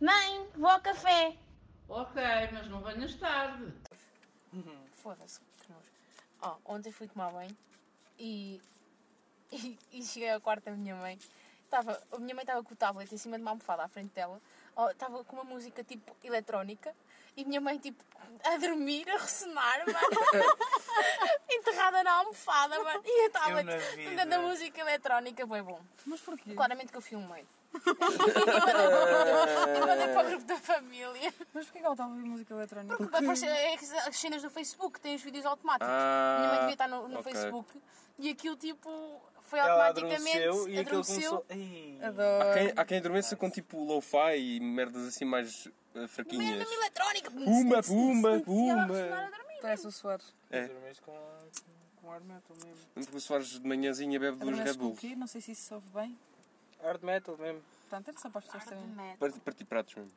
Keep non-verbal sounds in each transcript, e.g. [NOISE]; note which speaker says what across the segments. Speaker 1: Mãe, vou ao café.
Speaker 2: Ok, mas não venhas tarde.
Speaker 3: Foda-se, que nojo. Ó, ontem fui tomar banho e, [LAUGHS] e, e cheguei ao quarto da minha mãe. Tava, a minha mãe estava com o tablet em cima de uma almofada à frente dela. Estava com uma música tipo eletrónica e minha mãe tipo a dormir, a ressonar, mano. [LAUGHS] Enterrada na almofada, mano. E a tablet
Speaker 4: na vida.
Speaker 3: tocando a música eletrónica, bem bom.
Speaker 5: Mas porquê?
Speaker 3: Claramente que eu um filmei. e mandei para o grupo da família.
Speaker 5: Mas porquê que ela estava a ouvir música eletrónica?
Speaker 3: Porque vai aparecer é que as cenas do Facebook, têm os vídeos automáticos.
Speaker 4: Ah,
Speaker 3: Minha mãe devia estar no, no
Speaker 4: ok.
Speaker 3: Facebook e aquilo tipo foi
Speaker 4: Ela
Speaker 3: automaticamente.
Speaker 4: adormeceu e aquilo
Speaker 3: adormeceu.
Speaker 4: começou. Ei.
Speaker 5: Adoro.
Speaker 6: Há quem, há quem adormeça com tipo lo-fi e merdas assim mais eh,
Speaker 3: Primeiro
Speaker 6: fraquinhas.
Speaker 3: na minha eletrónica.
Speaker 6: Pumba, pumba,
Speaker 3: E ela a ressonar a
Speaker 6: pumba.
Speaker 3: dormir.
Speaker 5: Parece o Soares.
Speaker 6: É.
Speaker 4: Adormece com, com- com ar metal mesmo.
Speaker 6: Porque o Soares de manhãzinha bebe dos Red
Speaker 5: Adormece com o
Speaker 6: Bulls.
Speaker 5: quê? Não sei se isso soube bem.
Speaker 4: Hard metal mesmo.
Speaker 5: Portanto, era só para as pessoas terem
Speaker 6: Parti, parti pratos mesmo.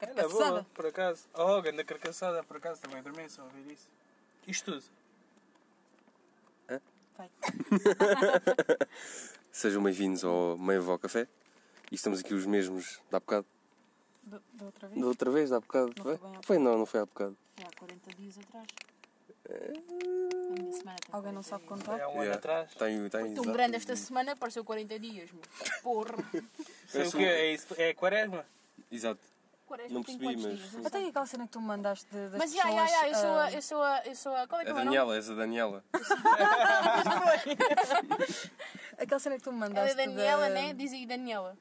Speaker 4: Era boa,
Speaker 5: Carcaçada.
Speaker 4: por acaso. Oh, ganda carcaçada, por acaso também adormece a ouvir isso. Isto tudo.
Speaker 5: Vai.
Speaker 6: Sejam bem-vindos ao Meio Vó Café. E estamos aqui os mesmos da bocado.
Speaker 5: Da da outra vez?
Speaker 6: Da outra vez, da bocado.
Speaker 5: Não
Speaker 6: foi?
Speaker 5: foi bem há
Speaker 6: Foi não, não foi há bocado.
Speaker 3: Foi há 40 dias atrás. A minha semana tem
Speaker 5: É. Alguém não sabe
Speaker 3: Ah.
Speaker 5: contar?
Speaker 4: Há um ano
Speaker 6: Yeah. Tá.
Speaker 4: atrás.
Speaker 6: Tem, tem,
Speaker 3: Tão grande esta semana, pareceu 40 dias, meu.
Speaker 4: [LAUGHS]
Speaker 3: Porra.
Speaker 4: Sei o
Speaker 6: Parece
Speaker 4: quê?
Speaker 6: um-
Speaker 4: É, isso, é quaresma?
Speaker 6: Exato.
Speaker 3: Quaresma
Speaker 6: Não
Speaker 3: tem
Speaker 6: percebi,
Speaker 3: quantos
Speaker 6: mas-
Speaker 3: dias? Não sei.
Speaker 5: Até aí aquela cena que tu me mandaste de, das
Speaker 3: Mas já,
Speaker 5: pessoas...
Speaker 3: já, já, eu sou
Speaker 5: ah,
Speaker 3: a. Eu sou a. Eu sou a. Qual é que é
Speaker 6: A
Speaker 3: o meu nome?
Speaker 6: Daniela, és
Speaker 3: [LAUGHS]
Speaker 6: a Daniela.
Speaker 5: ah, Aquela cena que tu me
Speaker 3: Ela
Speaker 5: mandaste
Speaker 3: é Daniela,
Speaker 5: de...
Speaker 3: né? Diz aí Daniela.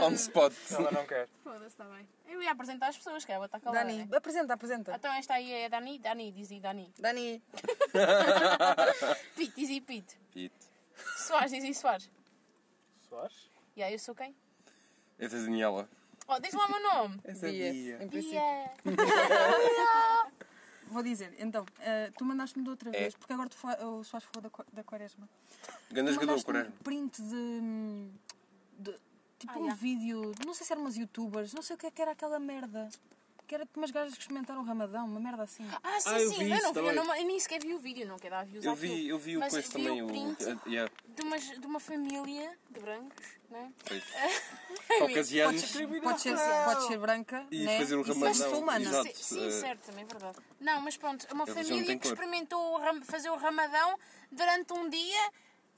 Speaker 6: On
Speaker 3: [LAUGHS]
Speaker 6: spot.
Speaker 4: Ela não quer.
Speaker 3: Foda-se, está bem. Eu ia apresentar as pessoas, que ela está calada.
Speaker 5: Dani,
Speaker 3: né?
Speaker 5: apresenta, apresenta.
Speaker 3: Então esta aí é a Dani? Dani, diz aí Dani.
Speaker 5: Dani.
Speaker 3: Pito, diz aí Pito.
Speaker 6: Pito.
Speaker 3: Soares, diz aí Soares.
Speaker 4: Soares?
Speaker 3: E aí eu sou quem?
Speaker 6: És a é Daniela.
Speaker 3: Oh, diz lá o meu nome.
Speaker 5: Bia, em princípio.
Speaker 3: Bia.
Speaker 5: Vou dizer, então, ah, tu mandaste-me de outra
Speaker 6: É.
Speaker 5: vez, porque agora tu fa- o Soares falou da, qua- da quaresma.
Speaker 6: Ganda jogador,
Speaker 5: mandaste-me
Speaker 6: coragem.
Speaker 5: um print de... de- tipo
Speaker 3: Ah,
Speaker 5: um
Speaker 3: já.
Speaker 5: vídeo, não sei se eram umas youtubers, não sei o que é que era aquela merda. Que era de umas gajas que experimentaram o ramadão, uma merda assim.
Speaker 3: Ah, sim,
Speaker 6: Ah, eu
Speaker 3: sim.
Speaker 6: vi
Speaker 3: eu,
Speaker 6: isso
Speaker 3: não vi, eu,
Speaker 6: também.
Speaker 3: não, eu nem sequer vi o vídeo, não quero dar views
Speaker 6: Eu
Speaker 3: àquilo.
Speaker 6: vi, eu vi o
Speaker 3: Mas
Speaker 6: coisa
Speaker 3: vi
Speaker 6: também.
Speaker 3: O print
Speaker 6: o- yeah,
Speaker 3: de, umas, de uma família de brancos, né?
Speaker 6: pois.
Speaker 3: Ai,
Speaker 6: Caucasianos.
Speaker 5: Pode ser, pode ser branca
Speaker 6: E
Speaker 5: né?
Speaker 6: fazer o
Speaker 5: se
Speaker 6: ramadão,
Speaker 5: és muçulmana.
Speaker 6: exato.
Speaker 3: Sim, sim,
Speaker 6: eh, é
Speaker 3: certo, também é verdade. Não, mas pronto, uma
Speaker 6: religião
Speaker 3: família
Speaker 6: tem
Speaker 3: que
Speaker 6: cor.
Speaker 3: experimentou o ram- fazer o ramadão durante um dia.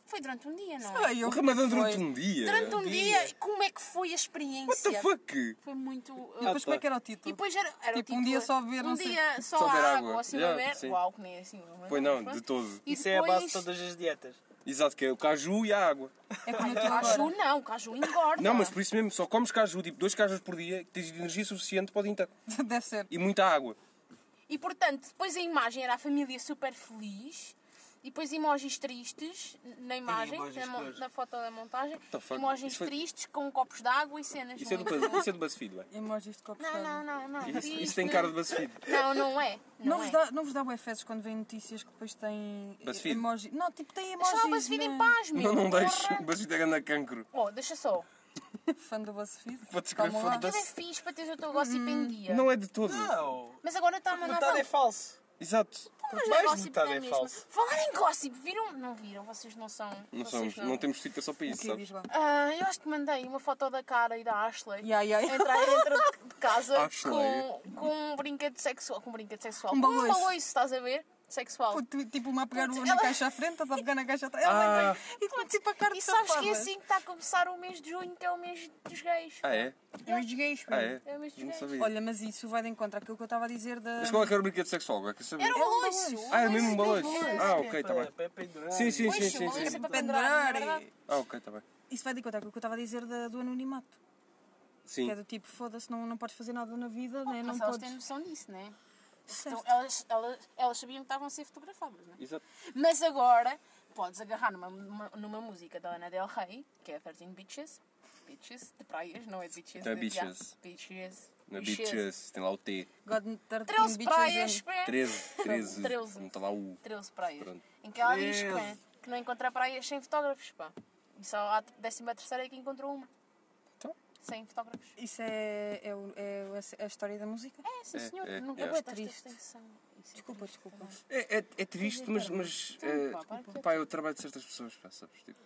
Speaker 3: Foi durante um dia, não? é?
Speaker 5: Ai, eu-
Speaker 6: O Ramadão durante
Speaker 5: Foi.
Speaker 6: um dia.
Speaker 3: Durante um dia, e como é que foi a experiência?
Speaker 6: What the fuck?
Speaker 3: Foi muito. uh,
Speaker 5: Depois como é que era o
Speaker 3: E
Speaker 5: título?
Speaker 3: depois era, era o
Speaker 5: Tipo, um
Speaker 3: título,
Speaker 5: dia só beber,
Speaker 3: um
Speaker 5: não sei-
Speaker 3: dia só,
Speaker 6: Só beber
Speaker 3: água,
Speaker 6: água.
Speaker 3: ou assim
Speaker 6: Yeah,
Speaker 3: beber.
Speaker 6: sim.
Speaker 3: Uau, que nem assim. mas
Speaker 6: Pois não,
Speaker 3: pronto.
Speaker 6: de todo.
Speaker 3: E
Speaker 4: Isso é a base de
Speaker 3: depois-
Speaker 4: todas as dietas.
Speaker 6: Exato, que é o caju e a água.
Speaker 5: É como eu estou agora.
Speaker 3: Caju não, caju engorda.
Speaker 6: Não, mas por isso mesmo, só comes caju, tipo dois cajus por dia, que tens energia suficiente para o dia inteiro.
Speaker 5: [LAUGHS] Deve ser.
Speaker 6: E muita água.
Speaker 3: E portanto, depois a imagem era a família super feliz. E depois emojis tristes na imagem,
Speaker 4: emojis
Speaker 3: na, mo-
Speaker 4: tristes.
Speaker 3: na foto da montagem.
Speaker 6: the fuck?
Speaker 3: Emojis
Speaker 6: Isso foi-
Speaker 3: tristes com copos de água e cenas.
Speaker 6: Isso é do,
Speaker 3: não
Speaker 6: Buzz- isso é do BuzzFeed, ué.
Speaker 5: Emojis de copo
Speaker 3: [LAUGHS] Não, não, não, não.
Speaker 6: Isso, isso
Speaker 3: Isto-
Speaker 6: tem cara de BuzzFeed.
Speaker 3: Não, não é. Não,
Speaker 5: Não, vos
Speaker 3: é.
Speaker 5: dá, não vos dá bué fezes quando vêm notícias que depois têm eh,
Speaker 6: BuzzFeed.
Speaker 5: emoji. Não, tipo, têm emojis.
Speaker 3: É Só o BuzzFeed em
Speaker 5: na-
Speaker 3: paz, meu.
Speaker 6: Não, não deixo.
Speaker 3: porra.
Speaker 6: O BuzzFeed é grande cancro.
Speaker 3: Oh, deixa só.
Speaker 5: Fã do BuzzFeed.
Speaker 6: Podes escrever
Speaker 5: Calma lá.
Speaker 6: foda-se.
Speaker 3: Aquilo é fixe para teres o teu gossip em dia.
Speaker 6: Não é de todo.
Speaker 3: Ah.
Speaker 4: Não!
Speaker 3: Mas agora está a mandar
Speaker 4: Metade é falso.
Speaker 6: Exato.
Speaker 3: Mas
Speaker 4: Mais
Speaker 3: é gossip
Speaker 4: metade
Speaker 3: não é
Speaker 4: é
Speaker 3: mesmo.
Speaker 4: falso.
Speaker 3: Falar em gossip, viram? Não viram, vocês não são.
Speaker 6: Não
Speaker 3: vocês
Speaker 6: somos, não temos fita só para
Speaker 5: O
Speaker 6: isso,
Speaker 5: que é que
Speaker 6: sabes?
Speaker 5: diz lá?
Speaker 3: Ah, eu acho que mandei uma foto da cara e da Ashley.
Speaker 5: Ya, ya, ya.
Speaker 3: Entrar dentro de
Speaker 6: [LAUGHS]
Speaker 3: casa
Speaker 6: Ashley.
Speaker 3: com, com um brinquedo sexual. Com um brinquedo sexual.
Speaker 5: Um
Speaker 3: Com
Speaker 5: baloiço.
Speaker 3: baloiço, estás a ver? Sexual.
Speaker 5: Puto, Tipo, uma a pegar
Speaker 3: Puto,
Speaker 5: na
Speaker 3: ela-
Speaker 5: caixa à frente, estás a pegar na caixa atrás. Ela
Speaker 6: Ah.
Speaker 5: vem E tu, tipo, a cara
Speaker 3: E
Speaker 5: de
Speaker 3: sabes
Speaker 5: safada.
Speaker 3: que é assim que está a começar o mês de junho, que é o mês dos gays.
Speaker 6: Ah, é?
Speaker 5: Eu os gays,
Speaker 6: Ah,
Speaker 5: mano.
Speaker 6: é?
Speaker 3: É o mesmo
Speaker 6: Não
Speaker 3: gajo.
Speaker 6: sabia.
Speaker 5: Olha, mas isso vai de encontro àquilo que eu estava a dizer da...
Speaker 6: Mas qual é que era o brinquedo sexual? agora? Quer saber?
Speaker 3: Era um baloiço.
Speaker 6: Ah, era mesmo um baloiço.
Speaker 3: baloiço.
Speaker 6: Ah, ok, está bem.
Speaker 4: Pepe e Durão.
Speaker 6: Sim, sim, sim,
Speaker 3: Pois,
Speaker 6: sim.
Speaker 3: o baloiço é
Speaker 6: sim.
Speaker 3: para
Speaker 5: Pendurar
Speaker 3: pendurar.
Speaker 5: e-
Speaker 3: não é verdade?
Speaker 6: Ah, ok, está bem.
Speaker 5: Isso vai de encontro àquilo que eu estava a dizer da- do anonimato. Que é
Speaker 6: Sim.
Speaker 5: do tipo, foda-se, não, não podes fazer nada na vida, né? não
Speaker 3: Mas elas têm
Speaker 5: podes.
Speaker 3: noção disso, não é? Então,
Speaker 5: Certo.
Speaker 3: elas, elas, elas sabiam que estavam a ser fotografadas, não é?
Speaker 6: Exato.
Speaker 3: Mas agora podes agarrar numa, numa, numa música da Ana Del Rey, que é 13 Beaches. Beaches, de praias, não é de beaches.
Speaker 6: Não é
Speaker 3: de- yeah,
Speaker 6: beaches.
Speaker 3: Beaches.
Speaker 6: Na Beaches, tem lá o T.
Speaker 5: God, 13
Speaker 3: 13
Speaker 5: bitches
Speaker 3: praias,
Speaker 5: and-
Speaker 3: pé. [LAUGHS]
Speaker 6: 13, 13.
Speaker 3: Treze.
Speaker 6: Não está lá o.
Speaker 3: 13 praias.
Speaker 6: Pronto.
Speaker 3: Em que ela diz pá, que não encontra praias sem fotógrafos, pá. E só a 13 terceira é que encontrou uma.
Speaker 6: Então?
Speaker 3: Sem fotógrafos.
Speaker 5: Isso é, é, o- é o- é a história da música?
Speaker 3: É, sim
Speaker 6: É,
Speaker 3: senhor,
Speaker 6: é,
Speaker 3: nunca
Speaker 6: é.
Speaker 3: prestaste
Speaker 5: É triste.
Speaker 3: atenção. Isso é
Speaker 5: Desculpa,
Speaker 3: triste,
Speaker 5: desculpa.
Speaker 3: caralho.
Speaker 6: É, é, é triste, mas. mas
Speaker 3: Então,
Speaker 6: eh,
Speaker 3: pá, para que-
Speaker 6: pá, é o trabalho de certas pessoas, pá, sabes? Tipo,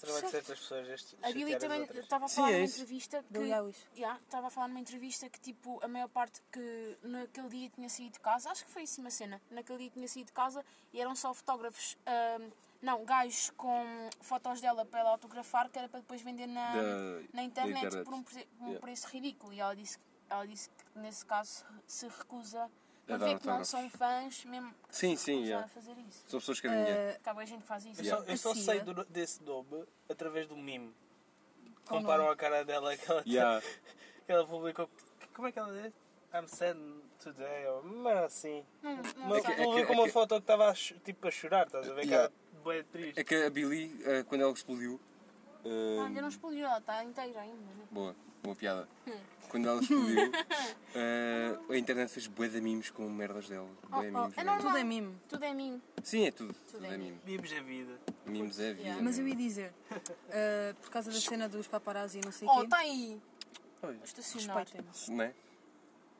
Speaker 4: Trabalho de certas pessoas este
Speaker 3: A Billy
Speaker 4: chatear as
Speaker 3: também tá
Speaker 4: outras.
Speaker 3: estava a
Speaker 4: Sim,
Speaker 3: falar
Speaker 4: é
Speaker 3: numa
Speaker 4: isso.
Speaker 3: entrevista que.
Speaker 5: Billie Eilish.
Speaker 3: Yeah, estava a falar numa entrevista que, tipo, a maior parte que naquele dia tinha saído de casa, acho que foi isso uma cena. Naquele dia tinha saído de casa e eram só fotógrafos, ahm, não, gajos com fotos dela para ela autografar, que era para depois vender na,
Speaker 6: Da-
Speaker 3: na internet,
Speaker 6: da internet.
Speaker 3: por um, pre- um
Speaker 6: Yeah.
Speaker 3: preço ridículo. E ela disse, que- ela disse que, nesse caso, se recusa.
Speaker 6: A
Speaker 3: Para
Speaker 6: É dar
Speaker 3: ver que não
Speaker 6: autógrafos.
Speaker 3: são fãs, mesmo que se
Speaker 6: Sim, sim,
Speaker 3: recusam
Speaker 6: yeah.
Speaker 3: a fazer isso.
Speaker 6: São pessoas que é querem dinheiro.
Speaker 3: Acaba a gente que faz isso.
Speaker 4: Eu só, eu só
Speaker 5: Sim,
Speaker 4: sei
Speaker 5: é.
Speaker 4: do- desse nome através do meme.
Speaker 5: Qual
Speaker 4: Comparam
Speaker 5: nome?
Speaker 4: a cara dela que ela,
Speaker 6: Yeah.
Speaker 4: [LAUGHS] que ela publicou. Como é que ela diz? I'm sad today, ou mas assim. Uma,
Speaker 6: É que- é que-
Speaker 4: publicou
Speaker 6: é
Speaker 4: uma
Speaker 6: que-
Speaker 4: foto que estava a, cho- tipo a chorar, estás a ver?
Speaker 6: Yeah.
Speaker 4: Cara, bem triste.
Speaker 6: É que a Billy, eh, quando ela explodiu. eh,
Speaker 3: Ah, ainda não explodiu, ela está inteira ainda. né?
Speaker 6: Boa, boa piada.
Speaker 3: Hum.
Speaker 6: Quando ela
Speaker 3: [LAUGHS]
Speaker 6: explodiu, eh, a internet fez bué de mimos com merdas dela. Bué de
Speaker 3: Oh, oh,
Speaker 6: mimos
Speaker 3: é
Speaker 6: mesmo.
Speaker 5: Tudo é mimo.
Speaker 3: Tudo é mim.
Speaker 6: Sim, é tudo. Tudo
Speaker 3: é
Speaker 6: é mimo.
Speaker 4: Vimos a vida.
Speaker 6: Mimos é vida.
Speaker 5: Mas eu
Speaker 6: mesmo.
Speaker 5: ia dizer, ah, por causa da cena dos paparazzi e não sei o
Speaker 3: Oh,
Speaker 5: quê,
Speaker 3: está aí.
Speaker 6: Oi.
Speaker 3: Estacionar. Ele,
Speaker 5: respeitem-me.
Speaker 6: Não é?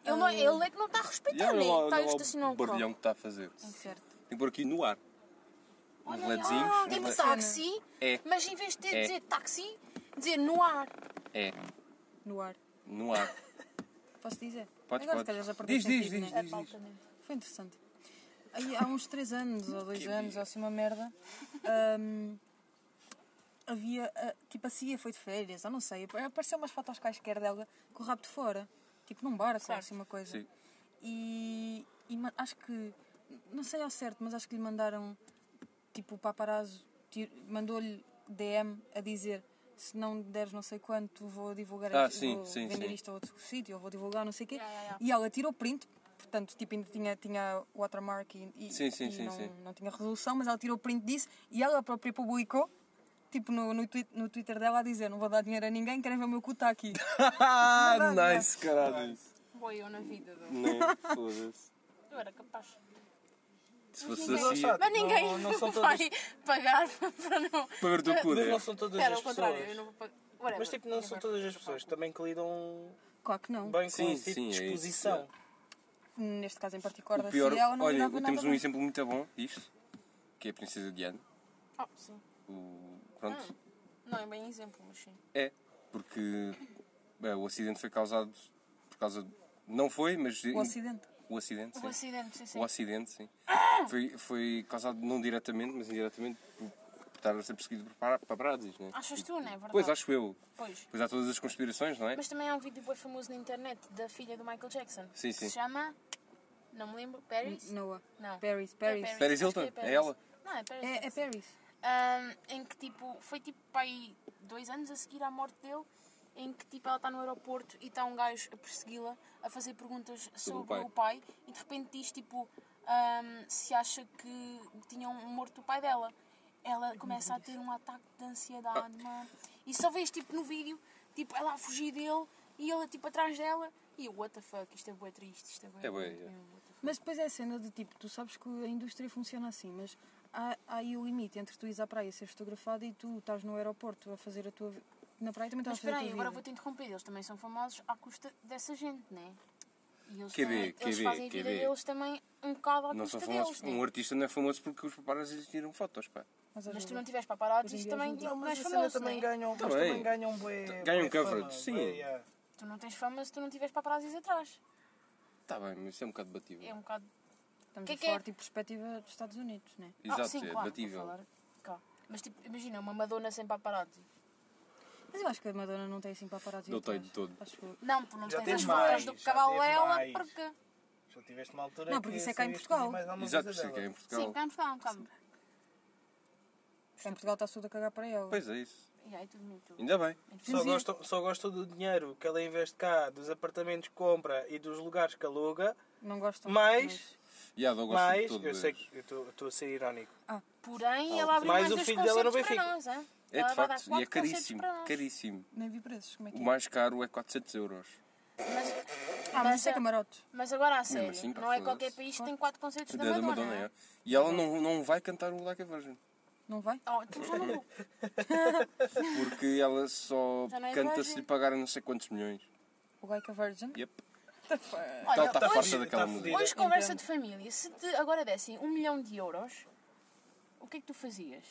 Speaker 3: Tá não,
Speaker 5: Ah.
Speaker 3: ele é que não está a respeitar,
Speaker 6: olha
Speaker 3: né?
Speaker 6: lá- olha
Speaker 3: Está a
Speaker 6: lá
Speaker 3: estacionar
Speaker 6: o
Speaker 3: um carro.
Speaker 6: barulhão que está a fazer.
Speaker 5: Certo.
Speaker 6: Tem que pôr aqui no ar. Uns ledzinhos. um
Speaker 3: Ah,
Speaker 6: uns
Speaker 3: tipo
Speaker 6: led-
Speaker 3: táxi,
Speaker 6: É.
Speaker 3: mas em vez de
Speaker 6: É.
Speaker 3: dizer táxi, dizer no ar.
Speaker 6: É,
Speaker 5: No ar.
Speaker 6: no ar.
Speaker 5: Posso dizer?
Speaker 6: Podes,
Speaker 5: Agora
Speaker 6: podes.
Speaker 5: se calhar já perdeu
Speaker 6: Diz, diz,
Speaker 5: sentido,
Speaker 6: diz,
Speaker 5: né?
Speaker 6: diz,
Speaker 5: Foi interessante. Aí, há uns 3 anos
Speaker 6: [LAUGHS]
Speaker 5: ou 2 anos, ou assim uma merda, hum, havia. ah, tipo, a CIA foi de férias, ou não sei. Apareceu umas fotos quaisquer dela com o rabo de fora. Tipo, num barco ou assim uma coisa.
Speaker 6: Sim.
Speaker 5: E, e ma- acho que. Não sei ao certo, mas acho que lhe mandaram. Tipo, o paparazzo tir- mandou-lhe DM a dizer. Se não deres não sei quanto, vou divulgar
Speaker 6: Ah,
Speaker 5: isto,
Speaker 6: sim,
Speaker 5: vou
Speaker 6: sim,
Speaker 5: vender
Speaker 6: sim.
Speaker 5: isto a outro sítio, ou vou divulgar não sei o quê.
Speaker 3: Yeah, yeah, yeah.
Speaker 5: E ela tirou print, portanto, tipo, ainda tinha, tinha watermark e, e,
Speaker 6: Sim, sim,
Speaker 5: e
Speaker 6: sim,
Speaker 5: não,
Speaker 6: sim.
Speaker 5: não tinha resolução, mas ela tirou print disso e ela própria publicou, tipo, no, no, twi- no Twitter dela a dizer: Não vou dar dinheiro a ninguém, querem ver o meu cu está
Speaker 6: [LAUGHS]
Speaker 5: aqui.
Speaker 6: [LAUGHS] Ah,
Speaker 5: Verdade,
Speaker 6: nice, caralho.
Speaker 3: Foi eu na vida. do-
Speaker 6: Não, foda-se.
Speaker 3: Eu era capaz.
Speaker 6: Se fosse
Speaker 3: Ninguém-
Speaker 6: assim,
Speaker 4: sabe.
Speaker 6: para
Speaker 3: Mas ninguém
Speaker 4: Não- não
Speaker 3: [LAUGHS]
Speaker 4: são
Speaker 3: vai pagar [LAUGHS] para não.
Speaker 6: ver o teu cu,
Speaker 4: Mas
Speaker 6: né?
Speaker 4: não são todas
Speaker 3: Era
Speaker 4: as
Speaker 3: ao contrário, eu
Speaker 4: pessoas.
Speaker 3: não vou pagar. Whatever.
Speaker 4: Mas tipo, não são todas as pessoas também que lidam
Speaker 5: Claro que não.
Speaker 4: bem com
Speaker 6: Sim,
Speaker 4: esse tipo
Speaker 6: sim,
Speaker 4: de
Speaker 6: é isso,
Speaker 4: exposição.
Speaker 5: Neste caso em particular,
Speaker 6: O
Speaker 5: da
Speaker 6: pior,
Speaker 5: filha, ela não
Speaker 6: olha,
Speaker 5: lidava
Speaker 6: temos
Speaker 5: nada
Speaker 6: um
Speaker 5: bem.
Speaker 6: exemplo muito bom disto, que é a Princesa Diana.
Speaker 3: Ah, sim.
Speaker 6: O, pronto,
Speaker 5: Ah.
Speaker 3: Não é bem exemplo, mas sim.
Speaker 6: é, porque bem, o acidente foi causado por causa. de- Não foi, mas.
Speaker 5: O acidente.
Speaker 6: O acidente, sim.
Speaker 3: O acidente, sim, sim.
Speaker 6: O acidente, sim. Foi, foi causado não diretamente, mas indiretamente por estar a ser perseguido por para- paparazzis, não é?
Speaker 3: Achas tu, não é verdade?
Speaker 6: Pois, acho eu.
Speaker 3: Pois.
Speaker 6: Pois há todas as conspirações, não é?
Speaker 3: Mas também há um vídeo bem famoso na internet da filha do Michael Jackson.
Speaker 6: Sim,
Speaker 3: que
Speaker 6: sim.
Speaker 3: Se chama. Não me lembro. Paris?
Speaker 5: Noah.
Speaker 3: Não.
Speaker 5: Paris,
Speaker 3: É
Speaker 5: Paris.
Speaker 6: Paris
Speaker 3: acho que
Speaker 6: Hilton, é ela?
Speaker 3: Não, é Paris.
Speaker 5: É, é
Speaker 3: Hilton.
Speaker 5: Paris.
Speaker 3: Ahm, em que tipo. Foi tipo pai dois anos a seguir à morte dele. Em que tipo ela está no aeroporto e está um gajo a persegui-la, a fazer perguntas sobre o
Speaker 6: pai.
Speaker 3: pai. e de repente diz tipo. ahm, se acha que tinham morto o pai dela. Ela começa a ter um ataque de ansiedade, mano. E só vês tipo no vídeo, tipo ela a fugir dele e ele tipo atrás dela. E eu, what the fuck, isto é bué triste, isto é bué.
Speaker 6: É bué,
Speaker 3: triste,
Speaker 6: é.
Speaker 3: mesmo, what the fuck.
Speaker 5: Mas depois é a cena de tipo, tu sabes que a indústria funciona assim, mas há, há aí o limite entre tu ires à praia ser fotografada e tu estás no aeroporto a fazer a tua. vi- Na praia também
Speaker 3: Mas
Speaker 5: estás a fazer
Speaker 3: espera
Speaker 5: a
Speaker 3: aí,
Speaker 5: tua
Speaker 3: agora
Speaker 5: vida.
Speaker 3: vou-te interromper. Eles também são famosos à custa dessa gente, né? E eles,
Speaker 6: Quer
Speaker 3: também,
Speaker 6: ver, quer
Speaker 3: eles
Speaker 6: ver,
Speaker 3: fazem a
Speaker 6: quer
Speaker 3: vida
Speaker 6: ver.
Speaker 3: deles também um bocado à
Speaker 6: Não
Speaker 3: custa
Speaker 6: são famosos.
Speaker 3: deles, né?
Speaker 6: Um artista não é famoso porque os paparazzi lhe tiram fotos, pá.
Speaker 5: Mas,
Speaker 3: Mas
Speaker 5: olha,
Speaker 3: tu não tiveres paparazzi,
Speaker 5: Hoje em
Speaker 3: isto
Speaker 5: dia
Speaker 3: também
Speaker 5: ajuda.
Speaker 3: tipo, não
Speaker 4: mas
Speaker 3: és
Speaker 4: a cena
Speaker 3: famoso,
Speaker 4: também
Speaker 3: né?
Speaker 4: ganham, mas
Speaker 6: Também.
Speaker 4: também ganham bué,
Speaker 6: Tá Ganham
Speaker 4: bué
Speaker 6: coverage,
Speaker 4: fama,
Speaker 6: sim.
Speaker 4: bué, yeah.
Speaker 3: Tu não tens fama se tu não tiveres paparazzi atrás.
Speaker 6: Está bem, mas isso é um bocado batível.
Speaker 3: É um bocado...
Speaker 5: Estamos
Speaker 3: Que
Speaker 5: a
Speaker 3: que
Speaker 5: falar
Speaker 3: é?
Speaker 5: tipo perspectiva dos Estados Unidos, né?
Speaker 6: Exato,
Speaker 3: ah, sim,
Speaker 6: é
Speaker 3: claro, vou
Speaker 6: batível.
Speaker 3: falar cá. Mas tipo, imagina, uma Madonna sem paparazzi.
Speaker 5: Mas eu acho que a Madonna não tem assim paparazzi.
Speaker 6: Não
Speaker 5: atrás.
Speaker 6: tem de todo.
Speaker 5: Acho eu.
Speaker 3: Não, porque não
Speaker 4: Já
Speaker 3: tens as
Speaker 4: teve
Speaker 3: fotos
Speaker 4: mais,
Speaker 3: do
Speaker 4: já
Speaker 3: cavalo
Speaker 4: teve
Speaker 3: dela,
Speaker 4: mais.
Speaker 3: porque...
Speaker 4: Já tiveste uma altura
Speaker 5: Não, porque
Speaker 4: que
Speaker 5: isso é cá em
Speaker 4: sabias
Speaker 5: Portugal.
Speaker 4: pedir mais alguma
Speaker 6: Exato, por
Speaker 4: coisa
Speaker 6: isso é que é
Speaker 4: dela.
Speaker 6: em
Speaker 3: Sim,
Speaker 6: Portugal.
Speaker 3: cá em Portugal, cá.
Speaker 5: Em Portugal está tudo a cagar para ela.
Speaker 6: Pois é isso.
Speaker 3: E aí tudo muito.
Speaker 6: Ainda bem.
Speaker 4: Só gostam, só gostam do dinheiro que ela investe cá, dos apartamentos que compra e dos lugares que aluga,
Speaker 5: Não gostam.
Speaker 4: mas,
Speaker 6: E a gosto de
Speaker 4: mas
Speaker 6: tudo.
Speaker 4: eu sei
Speaker 6: mas-
Speaker 4: que eu estou- estou a ser irónico.
Speaker 3: Ah, Porém, ela abre
Speaker 4: Mas
Speaker 3: mais
Speaker 4: o
Speaker 3: dois
Speaker 4: filho dela era o
Speaker 3: concertos para
Speaker 4: Benfica.
Speaker 3: nós, hein?
Speaker 6: É
Speaker 3: Ela
Speaker 6: de
Speaker 3: vai dar
Speaker 6: facto, e
Speaker 3: quatro
Speaker 6: é
Speaker 3: concertos
Speaker 6: caríssimo.
Speaker 3: para nós.
Speaker 6: Caríssimo.
Speaker 5: Nem vi preços. Como é que
Speaker 6: O
Speaker 5: é?
Speaker 6: mais caro é 400 euros.
Speaker 3: Mas,
Speaker 5: Ah, mas isso é
Speaker 3: Mas,
Speaker 5: camarote.
Speaker 3: mas agora a sério,
Speaker 6: assim, pá,
Speaker 3: não é
Speaker 6: foda-se.
Speaker 3: qualquer país que tem quatro concertos da
Speaker 6: Da- da
Speaker 3: Madonna. é?
Speaker 6: é. E ela não, não vai cantar o Like a Virgin.
Speaker 5: Não vai?
Speaker 3: Oh, então já
Speaker 6: [LAUGHS]
Speaker 3: não-
Speaker 6: Porque ela só
Speaker 3: Já não é
Speaker 6: canta se
Speaker 3: virgem.
Speaker 6: lhe pagarem não sei quantos milhões.
Speaker 5: O é Like a Virgin.
Speaker 6: Yep.
Speaker 3: Olha,
Speaker 6: Ela está
Speaker 3: hoje,
Speaker 6: farta
Speaker 4: fodida,
Speaker 6: daquela
Speaker 4: tá
Speaker 6: música.
Speaker 4: fodida.
Speaker 3: hoje conversa de família. Se te agora dessem um milhão de euros, o que é que tu fazias?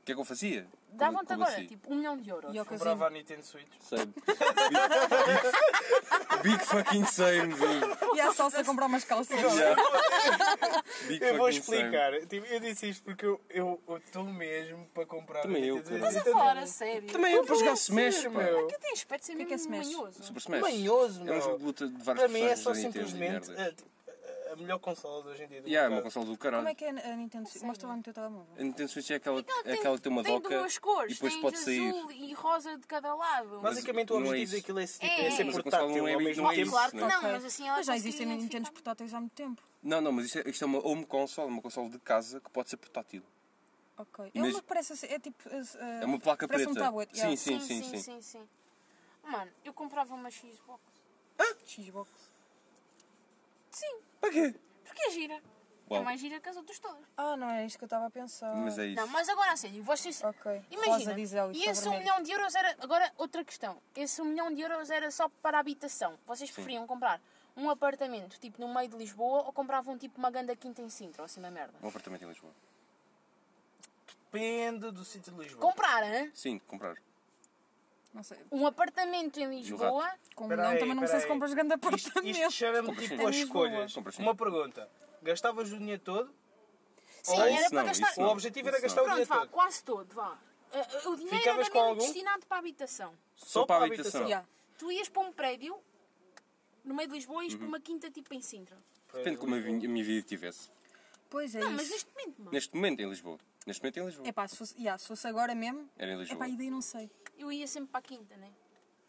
Speaker 6: O que é que eu fazia? Como-
Speaker 3: Dava-te
Speaker 6: como
Speaker 3: agora,
Speaker 6: assim?
Speaker 3: tipo, um milhão de euros.
Speaker 5: E é ao
Speaker 4: Comprava
Speaker 5: casino.
Speaker 4: a Nintendo Switch.
Speaker 6: Same. Big, big fucking same, dude.
Speaker 5: E à salsa a comprar umas calças.
Speaker 6: Yeah. Big
Speaker 4: Eu vou
Speaker 6: fucking same.
Speaker 4: explicar. Tipo, eu disse isto porque eu estou eu, tô mesmo para comprar
Speaker 6: Também
Speaker 4: a
Speaker 6: eu,
Speaker 4: Nintendo Switch.
Speaker 6: caralho.
Speaker 3: Mas a falar a Tá sério.
Speaker 6: Também eu para jogar Smash,
Speaker 4: Sério,
Speaker 6: pá.
Speaker 4: meu.
Speaker 3: Que tem aspecto de ser
Speaker 5: que é
Speaker 3: mesmo
Speaker 5: que é Smash?
Speaker 3: manhoso.
Speaker 6: Super Smash.
Speaker 4: Manhoso,
Speaker 6: É um
Speaker 4: meu.
Speaker 6: jogo de luta de várias
Speaker 4: Para mim é
Speaker 6: personagens
Speaker 4: só
Speaker 6: da Nintendo e
Speaker 4: simplesmente eh,
Speaker 6: merda.
Speaker 4: a, a- a melhor consola de hoje em dia. do
Speaker 6: Yeah, é uma
Speaker 4: mercado.
Speaker 6: console do
Speaker 5: Como é
Speaker 6: caralho.
Speaker 5: que é a Nintendo Switch? Mostra lá no teu telemóvel.
Speaker 6: A Nintendo Switch é aquela, é
Speaker 3: tem-
Speaker 6: aquela que tem uma
Speaker 3: tem
Speaker 6: doca
Speaker 3: duas cores,
Speaker 6: e depois
Speaker 3: tem
Speaker 6: pode
Speaker 3: de
Speaker 6: sair.
Speaker 3: azul e rosa de cada lado.
Speaker 4: Basicamente o
Speaker 6: Não é
Speaker 4: objetivo
Speaker 6: isso.
Speaker 4: daquilo é,
Speaker 3: É,
Speaker 4: tipo, é, ser
Speaker 6: mas
Speaker 4: portátil
Speaker 6: a consola não é
Speaker 4: ao
Speaker 6: mi-
Speaker 4: mesmo
Speaker 6: não é
Speaker 4: tempo.
Speaker 6: isso.
Speaker 1: Claro que
Speaker 6: né?
Speaker 1: não, mas assim ela
Speaker 5: Mas já existem
Speaker 1: conseguiria
Speaker 5: Nintendos
Speaker 1: ficar-
Speaker 5: portáteis há muito tempo.
Speaker 6: Não, não, mas isto é, isto é uma home console, uma console de casa que pode ser portátil.
Speaker 5: Ok.
Speaker 6: E
Speaker 5: É uma
Speaker 6: mesmo-
Speaker 5: que parece assim, é tipo.
Speaker 6: É uma placa
Speaker 5: parece um
Speaker 6: preta.
Speaker 5: tablet,
Speaker 6: sim,
Speaker 5: yeah.
Speaker 6: sim, sim, sim,
Speaker 1: sim, sim, sim.
Speaker 3: Mano, eu comprava uma Xbox.
Speaker 5: Xbox.
Speaker 3: Sim,
Speaker 6: Para quê?
Speaker 3: porque é gira.
Speaker 6: Uau.
Speaker 3: É mais gira que as outras todas.
Speaker 5: Ah, não era isto que eu estava a pensar.
Speaker 6: Mas é isso.
Speaker 3: Não, mas agora a sério, vocês...
Speaker 5: Ok.
Speaker 3: Imagina,
Speaker 5: Rosa, diz ela,
Speaker 3: e
Speaker 5: isto é
Speaker 3: esse um
Speaker 5: vermelho.
Speaker 3: milhão de euros era... Agora, outra questão. Esse um milhão de euros era só para a habitação. Vocês preferiam comprar um apartamento, tipo, no meio de Lisboa, ou compravam, tipo, uma ganda quinta em Sintra, ou assim, uma merda?
Speaker 6: Um apartamento em Lisboa.
Speaker 4: Depende do sítio de Lisboa.
Speaker 3: Comprar, hã?
Speaker 6: Sim, de comprar.
Speaker 5: Não sei.
Speaker 3: Um apartamento em Lisboa...
Speaker 5: Com um
Speaker 4: Espera
Speaker 5: milhão
Speaker 4: aí,
Speaker 5: também não
Speaker 4: espera
Speaker 5: sei se
Speaker 4: aí.
Speaker 5: compras grande
Speaker 4: Isto,
Speaker 5: apartamento.
Speaker 4: isto cheira-me
Speaker 6: Compras
Speaker 4: tipo
Speaker 6: sim.
Speaker 4: às escolhas.
Speaker 6: Compras sim.
Speaker 4: Uma pergunta. Gastavas o dinheiro todo?
Speaker 3: Sim,
Speaker 6: Ah,
Speaker 3: era
Speaker 6: isso
Speaker 3: para
Speaker 6: não,
Speaker 3: gastar...
Speaker 6: isso não.
Speaker 4: O objetivo era
Speaker 6: Isso
Speaker 4: gastar
Speaker 6: não.
Speaker 3: Pronto,
Speaker 4: o dinheiro
Speaker 3: vá,
Speaker 4: todo.
Speaker 3: quase todo, vá. Uh, uh, O dinheiro
Speaker 4: Ficavas
Speaker 3: era mesmo
Speaker 4: com algum?
Speaker 3: destinado para a habitação.
Speaker 4: Só para a habitação.
Speaker 5: Yeah.
Speaker 3: Tu ias para um prédio no meio de Lisboa e
Speaker 5: Uhum.
Speaker 3: ias para uma quinta tipo em Sintra.
Speaker 6: Depende de
Speaker 4: é
Speaker 6: como a vi- a minha vida tivesse.
Speaker 5: Pois é
Speaker 3: Não, mas
Speaker 5: isso.
Speaker 3: neste momento, mano,
Speaker 6: Neste momento em Lisboa. Neste momento em Lisboa.
Speaker 5: Epá, se fosse, yeah, se fosse agora mesmo.
Speaker 6: Era em Lisboa.
Speaker 5: Epá, e daí não sei.
Speaker 3: eu ia sempre para a quinta, né?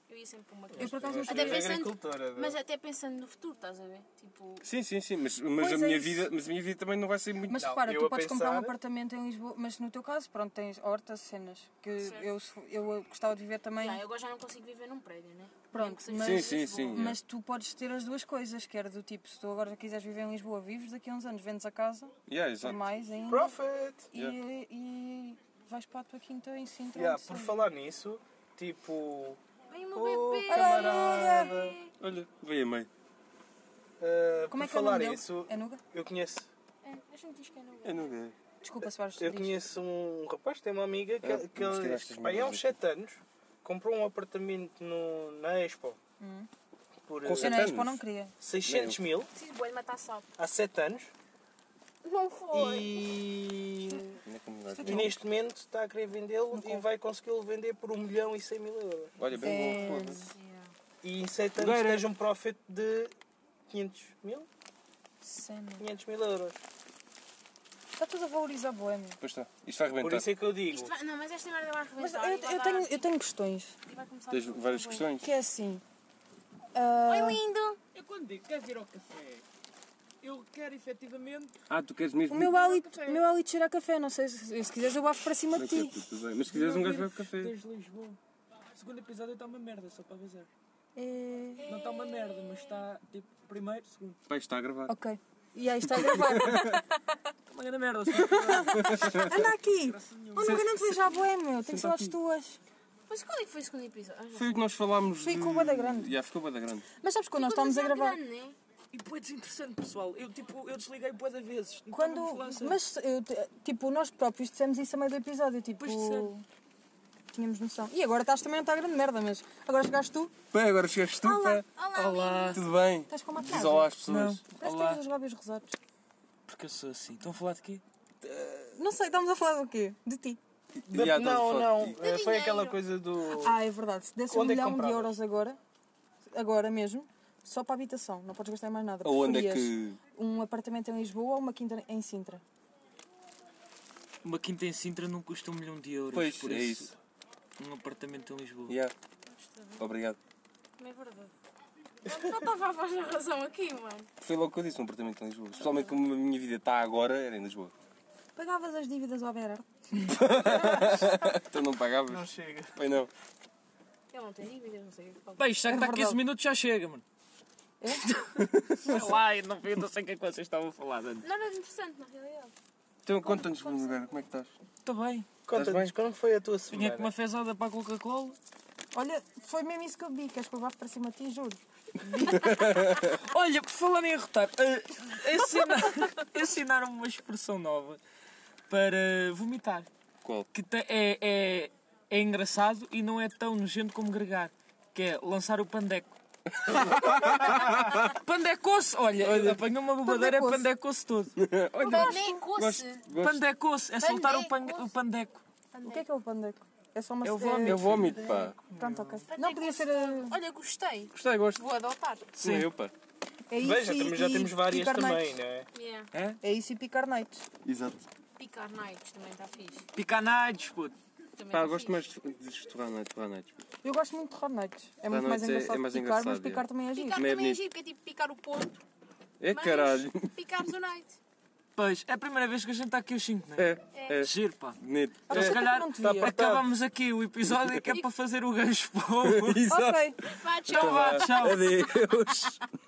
Speaker 3: Eu ia sempre para uma
Speaker 5: Eu
Speaker 3: quinta.
Speaker 5: por acaso
Speaker 4: Mas-
Speaker 5: não sei.
Speaker 3: Até
Speaker 4: És
Speaker 3: pensando,
Speaker 4: agricultora, não é?
Speaker 3: mas até pensando no futuro, estás a ver? Tipo,
Speaker 6: Sim, sim, sim. Mas, mas
Speaker 5: Pois
Speaker 6: a
Speaker 5: é
Speaker 6: minha
Speaker 5: isso.
Speaker 6: vida, mas a minha vida também não vai ser muito.
Speaker 5: Mas
Speaker 4: Não,
Speaker 5: repara,
Speaker 4: eu
Speaker 5: tu
Speaker 4: a
Speaker 5: podes comprar um
Speaker 4: pensar-
Speaker 5: apartamento em Lisboa, mas no teu caso, pronto, tens hortas, cenas. Que eu, se fo- eu gostava de viver também.
Speaker 3: já, eu agora já não consigo viver num prédio, né?
Speaker 5: Pronto,
Speaker 3: Mesmo que seja
Speaker 5: mas-
Speaker 3: em
Speaker 6: Sim, sim,
Speaker 3: Lisboa.
Speaker 6: sim.
Speaker 5: Mas tu podes ter as duas coisas, que era do tipo, se tu agora quiseres viver em Lisboa, vives daqui a uns anos, vendes a casa,
Speaker 6: Yeah,
Speaker 5: por
Speaker 6: exato.
Speaker 5: mais ainda,
Speaker 4: Profit!
Speaker 5: e, e vais para a tua quinta em Sintra.
Speaker 4: Yeah,
Speaker 5: onde
Speaker 4: por
Speaker 5: sei.
Speaker 4: falar nisso, tipo.
Speaker 3: Ai, o meu
Speaker 4: Oh,
Speaker 3: bebê!
Speaker 4: camarada!
Speaker 6: Olha, veio a meio.
Speaker 4: Ah,
Speaker 5: Como
Speaker 4: por
Speaker 5: é que é o
Speaker 4: falar
Speaker 5: nome dele?
Speaker 4: nisso,
Speaker 5: É Nuga?
Speaker 4: eu conheço.
Speaker 3: É, Deixa-me dizer que é no
Speaker 6: Eu não dei.
Speaker 5: Desculpa se vais
Speaker 4: Eu
Speaker 5: diz.
Speaker 4: conheço um rapaz, tem uma amiga que,
Speaker 6: Ah,
Speaker 4: que,
Speaker 6: vamos tirar
Speaker 4: ele-
Speaker 6: estas
Speaker 4: pá, há
Speaker 6: merdas
Speaker 4: uns 7 anos comprou um apartamento no, na Expo
Speaker 5: Hum.
Speaker 4: por eh,
Speaker 6: Com
Speaker 5: Eu na
Speaker 6: Sete
Speaker 5: Expo
Speaker 6: anos?
Speaker 5: não queria.
Speaker 4: 600 mil
Speaker 3: Preciso boi de matar salto.
Speaker 4: há 7 anos
Speaker 3: Não foi!
Speaker 4: e,
Speaker 6: Não é como nós
Speaker 4: e
Speaker 6: vemos.
Speaker 4: neste momento está a querer vendê-lo e vai consegui-lo vender por 1 milhão e 100 mil euros.
Speaker 6: Olha, bem bom. foda-se.
Speaker 4: E em 7 anos
Speaker 6: Agora-
Speaker 4: tens um profit de 500 mil?
Speaker 5: Cena.
Speaker 4: 500 mil euros.
Speaker 5: Está tudo a valorizar boêmio.
Speaker 6: Pois está. Isto vai
Speaker 4: Por
Speaker 6: arrebentar.
Speaker 4: isso é que eu digo.
Speaker 3: Isto vai- não, mas esta merda vai arrebentar.
Speaker 5: Mas eu,
Speaker 3: e vai
Speaker 5: eu
Speaker 3: dar
Speaker 5: tenho,
Speaker 3: assim,
Speaker 5: eu tenho questões,
Speaker 3: e vai começar
Speaker 6: Tens
Speaker 3: tudo.
Speaker 6: várias questões.
Speaker 5: que é assim... ah,
Speaker 3: Oi, lindo!
Speaker 7: Eu quando digo quer vir ao café, eu quero efetivamente.
Speaker 6: Ah, tu queres
Speaker 5: o
Speaker 6: mesmo.
Speaker 5: meu hálito, o meu hálito cheira a café, não sei, se, se quiseres eu bafo para cima de
Speaker 4: é
Speaker 6: Ok,
Speaker 5: ti.
Speaker 6: tudo, tudo bem. Mas se quiseres um gajo vai ao café.
Speaker 7: Desde Lisboa. O segundo episódio está uma merda, só para avisar.
Speaker 5: É,
Speaker 7: Não está uma merda, mas está tipo primeiro, segundo.
Speaker 6: Pai, está a gravar.
Speaker 5: Ok. E aí está a gravar.
Speaker 7: Está uma grande é merda, só para
Speaker 5: Anda aqui! Oh, não ganhamos hoje à boêmio, tenho saudades tuas.
Speaker 3: Mas quando é que foi o segundo episódio? Ah, já
Speaker 6: Foi o que nós falámos.
Speaker 5: Ficou
Speaker 6: de-
Speaker 5: bué da grande.
Speaker 6: Yeah, ficou bué da grande.
Speaker 5: Mas sabes quando nós estávamos a gravar?
Speaker 3: Grande, né?
Speaker 7: [LAUGHS] E depois desinteressante, pessoal. Eu tipo, eu desliguei boas vezes. Não
Speaker 5: Quando.
Speaker 7: estava a falar a sério.
Speaker 5: Mas, eu, te- tipo, nós próprios dissemos isso a meio do episódio, tipo.
Speaker 7: Pois disseram.
Speaker 5: Tínhamos noção. E agora estás também não está a grande merda, mas agora chegaste tu,
Speaker 6: Pá, agora chegaste tu, pá.
Speaker 3: Olá,
Speaker 7: Olá.
Speaker 6: Tudo bem?
Speaker 5: estás com uma
Speaker 6: Diz
Speaker 5: atraso.
Speaker 6: olá às pessoas.
Speaker 5: Parece que
Speaker 7: Olá.
Speaker 5: tens os lábios rosados.
Speaker 7: Porque eu sou assim. Estão a falar de quê?
Speaker 5: Não sei, estamos a falar do quê? De ti.
Speaker 4: Da-
Speaker 6: Yeah, estás a
Speaker 4: não,
Speaker 6: falar
Speaker 4: não.
Speaker 6: de ti.
Speaker 4: eh, Foi aquela coisa do.
Speaker 5: Ah, é verdade. Se desse um
Speaker 4: Onde é que
Speaker 5: milhão de
Speaker 4: compravas?
Speaker 5: euros agora, agora mesmo, só para a habitação, não podes gastar em mais nada.
Speaker 6: Aonde é
Speaker 5: preferias Um apartamento em Lisboa ou uma quinta em Sintra?
Speaker 7: Uma quinta em Sintra não custa um milhão de euros.
Speaker 6: Pois,
Speaker 7: por
Speaker 6: é
Speaker 7: isso,
Speaker 6: isso.
Speaker 7: Um apartamento em Lisboa.
Speaker 6: Yeah. Obrigado.
Speaker 3: Não é verdade. Não estava a voz da razão aqui, mano.
Speaker 6: Foi logo que eu disse, um apartamento em Lisboa. Especialmente como a minha vida está agora, era em Lisboa. [LAUGHS]
Speaker 5: Pagavas as dívidas ao Berardo?
Speaker 6: Então não pagavas?
Speaker 4: Não chega.
Speaker 6: Pois não.
Speaker 3: Ele não tem dívidas, não sei o que fala.
Speaker 7: Bem, isto já que está 15
Speaker 5: verdade.
Speaker 7: minutos já chega, mano. Sei lá, eu não, eu não sei o que é que vocês estavam a falar antes.
Speaker 3: Nada de interessante, na realidade.
Speaker 6: Então conta-nos, Bruno, como é que estás?
Speaker 7: Está Tá bem.
Speaker 4: Conta-nos como foi a tua
Speaker 7: Tinha
Speaker 4: semana.
Speaker 7: aqui é uma fezada para a Coca-Cola.
Speaker 5: Olha, foi mesmo isso que eu vi, queres que eu vá para cima de ti, juro.
Speaker 7: Olha, por falar em eh, rotar, [LAUGHS] ensinaram-me uma expressão nova para vomitar.
Speaker 6: Qual?
Speaker 7: que te- é, é, é engraçado e não é tão nojento como gregar, que é lançar o pandeco. [LAUGHS] pandecoce! Olha, apanhou uma bobadeira
Speaker 5: Pandecoce.
Speaker 7: pandecoce todo.
Speaker 6: Olha,
Speaker 1: Pandecoce.
Speaker 6: gosto, gosto.
Speaker 7: Pandecoce, é soltar o, pan-
Speaker 1: Pandecoce.
Speaker 7: o pandeco.
Speaker 5: O que é que é o pandeco? É só uma
Speaker 7: Eu
Speaker 5: é-
Speaker 7: vómito.
Speaker 6: Eu vómito, pá.
Speaker 5: Pronto, ok. Não podia ser. uh,
Speaker 3: Olha, gostei.
Speaker 6: Gostei, gosto.
Speaker 3: Vou adotar.
Speaker 6: Sim. Eu, pá.
Speaker 5: É isso
Speaker 4: Veja,
Speaker 5: e-
Speaker 4: também já
Speaker 5: e
Speaker 4: temos várias
Speaker 5: picar
Speaker 4: também,
Speaker 5: nights.
Speaker 4: não é?
Speaker 3: Yeah.
Speaker 5: É isso e picar nights.
Speaker 6: Exato.
Speaker 3: Picar nights também está fixe.
Speaker 7: Picanades, puto.
Speaker 3: Também tá
Speaker 6: Pá, eu Ah, gosto
Speaker 3: fixe.
Speaker 6: mais de de é? estorrar noites, estorrar noites. pá.
Speaker 5: Eu gosto muito de torrar nights. É muito mais
Speaker 6: nights é-
Speaker 5: engraçado
Speaker 6: é mais
Speaker 5: picar, mas
Speaker 6: engraçado,
Speaker 5: picar
Speaker 6: é.
Speaker 5: também é giro.
Speaker 3: Picar
Speaker 6: Também é
Speaker 3: também é
Speaker 6: bonito.
Speaker 3: giro, porque é tipo picar o ponto.
Speaker 6: É
Speaker 3: mas
Speaker 6: caralho. [LAUGHS]
Speaker 3: Picarmos o night.
Speaker 7: Pois, é a primeira vez que a gente está aqui os 5, não é?
Speaker 6: É, é.
Speaker 7: Giro, pá.
Speaker 6: Bonito.
Speaker 5: Ah,
Speaker 7: Então,
Speaker 5: mas
Speaker 7: se
Speaker 5: eu
Speaker 7: calhar,
Speaker 5: não devia.
Speaker 7: tá, acabamos aqui o
Speaker 6: [LAUGHS]
Speaker 7: episódio que é para fazer o gancho para o-
Speaker 6: Exato.
Speaker 5: Ok.
Speaker 3: Vai, tchau.
Speaker 6: Então vá,
Speaker 7: tchau.
Speaker 6: Adeus.